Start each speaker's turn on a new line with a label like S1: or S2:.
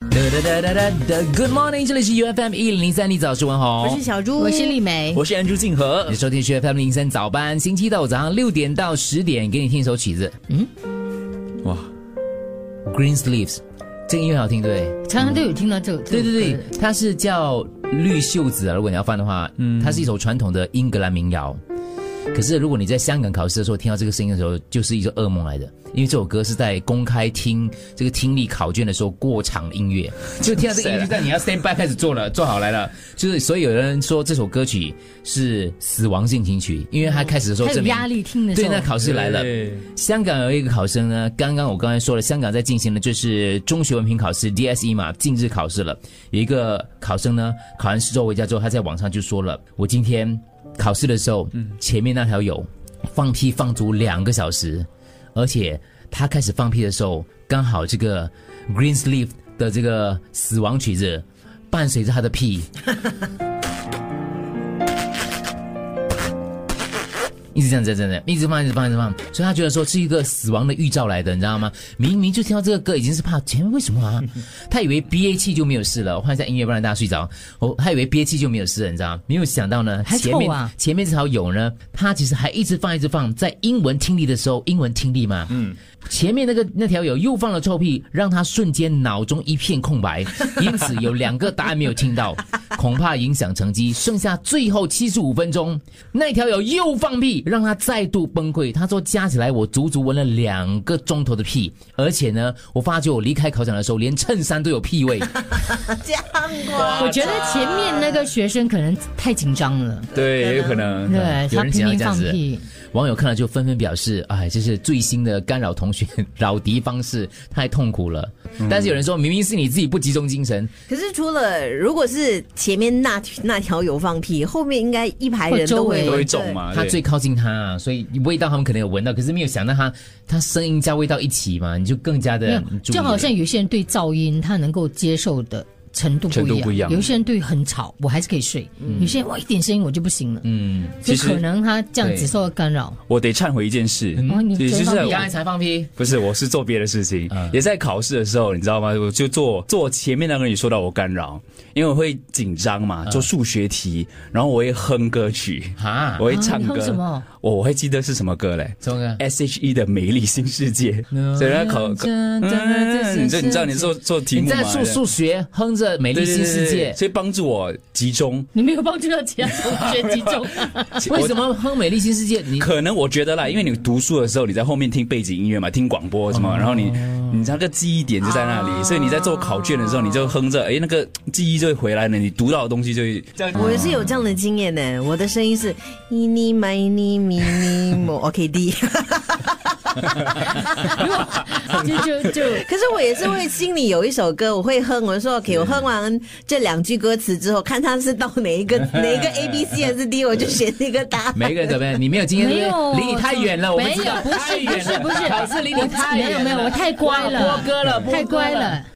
S1: 哒哒哒哒哒哒，Good morning，这里是 U F M 一零零三，你早，我是文
S2: 哦
S3: 我
S1: 红
S3: 是，小猪，
S2: 我是丽梅，
S1: 我是 Andrew 静和，你收听是 U F M 零三早班，星期一到五早上六点到十点，给你听一首曲子，嗯，哇，Green Sleeves，这个音乐好听，对不对？
S2: 常常都有听到这首。
S1: 对对
S2: 这首歌
S1: 对，它是叫绿袖子啊。如果你要翻的话，它是一首传统的英格兰民谣。可是如果你在香港考试的时候听到这个声音的时候，就是一个噩梦来的，因为这首歌是在公开听这个听力考卷的时候过场音 乐，就听到这个音乐就在你要 stand by 开始做了，做好来了。就是所以有人说这首歌曲是死亡进行曲，因为它开始的时候
S2: 还有
S1: 证明
S2: 压力听的时
S1: 对，
S2: 候，
S1: 那考试来了。香港有一个考生呢，刚刚我刚才说了，香港在进行的就是中学文凭考试 DSE 嘛，近日考试了。有一个考生呢，考完试之后回家之后，他在网上就说了：“我今天考试的时候，前面那条友放屁放足两个小时，而且他开始放屁的时候，刚好这个 Green Sleeve 的这个死亡曲子伴随着他的屁。” 一直这样子，这样子，一直放，一直放，一直放，所以他觉得说是一个死亡的预兆来的，你知道吗？明明就听到这个歌，已经是怕前面为什么 啊？他以为憋气就没有事了，换一下音乐，不然大家睡着。我、他以为憋气就没有事了，你知道吗？没有想到呢，
S2: 还
S1: 前面、
S2: 臭啊
S1: 前面这条友呢，他其实还一直放，一直放，在英文听力的时候，英文听力嘛，嗯，前面那个那条友又放了臭屁，让他瞬间脑中一片空白，因此有两个答案没有听到，恐怕影响成绩。剩下最后七十五分钟，那条友又放屁，让他再度崩溃。他说加起来我足足闻了两个钟头的屁，而且呢，我发觉我离开考场的时候，连衬衫都有屁味。
S3: 讲过，
S2: 我觉得前面那个学生可能太紧张了，
S4: 对，也有可能。
S2: 对
S1: 嗯有
S2: 他
S1: 人
S2: 拼
S1: 讲
S2: 命
S1: 这样
S2: 放
S1: 子
S2: 屁，
S1: 网友看了就纷纷表示：“哎，这是最新的干扰同学扰敌方式，太痛苦了。但是有人说，明明是你自己不集中精神，
S3: 可是除了如果是前面那那条有放屁，后面应该一排人
S2: 或周
S3: 都
S2: 围
S3: 会
S2: 都
S4: 都会中。嘛，
S1: 他
S4: 对
S1: 最靠近他、啊，所以味道他们可能有闻到，可是没有想到他他声音加味道一起嘛，你就更加
S2: 没
S1: 的
S2: 有，就好像有些人对噪音他能够接受的。程度不
S4: 程
S2: 一
S4: 度
S2: 样，
S4: 不一样
S2: 有些人对很吵，我还是可以睡；有些人哇一点声音我就不行了，
S1: 嗯，
S2: 就
S4: 其实
S2: 可能他这样
S1: 对
S2: 子受到干扰。
S4: 我得忏悔一件事，
S2: 哦你
S4: 对
S2: 嘴
S4: 就是
S2: 巴
S4: 在
S2: 闭
S1: 刚
S2: 着
S1: 才
S4: 我
S1: 才放屁，
S4: 不是我是做别的事情，
S1: 嗯
S4: 也在考试的时候，你知道吗？我就做做前面那个人也受到我干扰，因为我会紧张嘛，做数学题，然后我会哼歌曲，
S1: 哈
S4: 我会唱
S2: 你
S4: 歌，
S2: 哼什么？
S4: 我我会记得是什么歌嘞。
S1: 怎么个？
S4: S.H.E 的《美丽新世界》，所以他考，考
S1: 真的这是
S4: 嗯，你知你知道
S1: 世界
S4: 你做做题
S1: 你
S4: 目嘛？
S1: 在数数学，哼着《美
S4: 对
S1: 丽新
S4: 对对
S1: 世
S4: 对
S1: 界
S4: 对》所以帮助我集中。
S2: 你没有帮助到其他同学集 中，
S1: 啊为什么哼《美丽新世界》？你
S4: 可能我觉得啦，因为你读书的时候，你在后面听背景音乐嘛，听广播什么，然后你你那个记忆点就在那里，所以你在做考卷的时候，你就哼着，哎，那个记忆就会回来了，你读到的东西就会这样。
S3: 我也是有这样的经验呢，我的声音是咪咪咪咪咪咪咪 OK D，
S2: 就就就
S3: 可是我也是会心里有一首歌，我会哼，我就说 OK，我哼完这两句歌词之后，看他是到哪一个哪一个 A B C 还是 D，我就选那个答案。
S1: 每个人怎么 样？你没有经验，
S2: 没有
S1: 离你太远了，我们
S2: 没有，不
S1: 太
S2: 是
S1: 远
S2: 不是
S1: 了
S2: 不是，
S1: 考试离你
S2: 我
S1: 太
S2: 没
S1: 远
S2: 有
S1: 了，
S2: 没有，我太乖
S1: 哇
S2: 了
S1: 播，歌了，
S2: 太
S1: 播歌
S2: 乖了。